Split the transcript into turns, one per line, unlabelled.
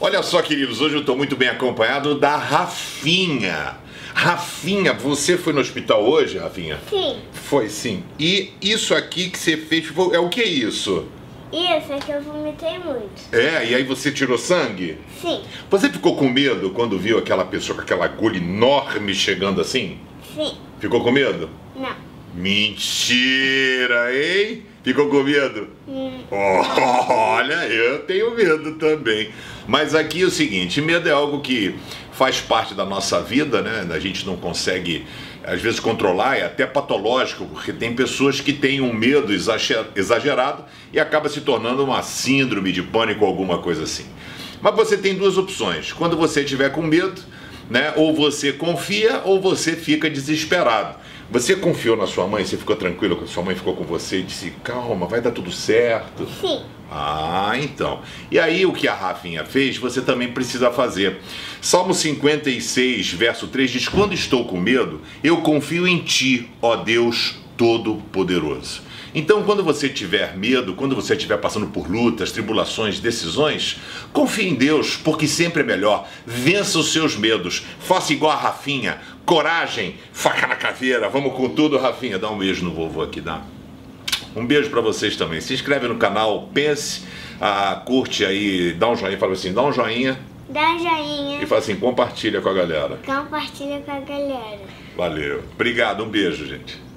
Olha só, queridos, hoje eu estou muito bem acompanhado da Rafinha. Rafinha, você foi no hospital hoje, Rafinha?
Sim,
Foi sim. E isso aqui que você fez foi- é o que é isso?
isso é que eu vomitei muito.
É, e aí você tirou sangue?
Sim,
Você ficou com medo quando viu aquela pessoa com aquela agulha enorme chegando assim?
sim,
Ficou com medo?
não.
Mentira, hein? Ficou com medo? Olha, eu tenho medo também. Mas aqui é o seguinte, medo é algo que faz parte da nossa vida, né? A gente não consegue, às vezes, controlar, é até patológico, porque tem pessoas que têm um medo exager- exagerado e acaba se tornando uma síndrome de pânico ou alguma coisa assim. Mas você tem duas opções. Quando você tiver com medo, né? Ou você confia ou você fica desesperado. Você confiou na sua mãe, você ficou tranquilo que sua mãe ficou com você e disse: calma, vai dar tudo certo.
Sim,
Ah, então. E aí o que a Rafinha fez, você também precisa fazer. Salmo 56, verso 3 diz: Quando estou com medo, eu confio em ti, ó Deus Todo-Poderoso. Então, quando você tiver medo, quando você estiver passando por lutas, tribulações, decisões, confie em Deus, porque sempre é melhor. Vença os seus medos. Faça igual a Rafinha. Coragem, faca na caveira. Vamos com tudo, Rafinha. Dá um beijo no vovô aqui, dá. Um beijo pra vocês também. Se inscreve no canal, pense, ah, curte aí, dá um joinha, fala assim, dá um joinha
dá
e
joinha,
fala assim, compartilha com a galera.
compartilha com a galera.
Valeu. Obrigado, um beijo, gente.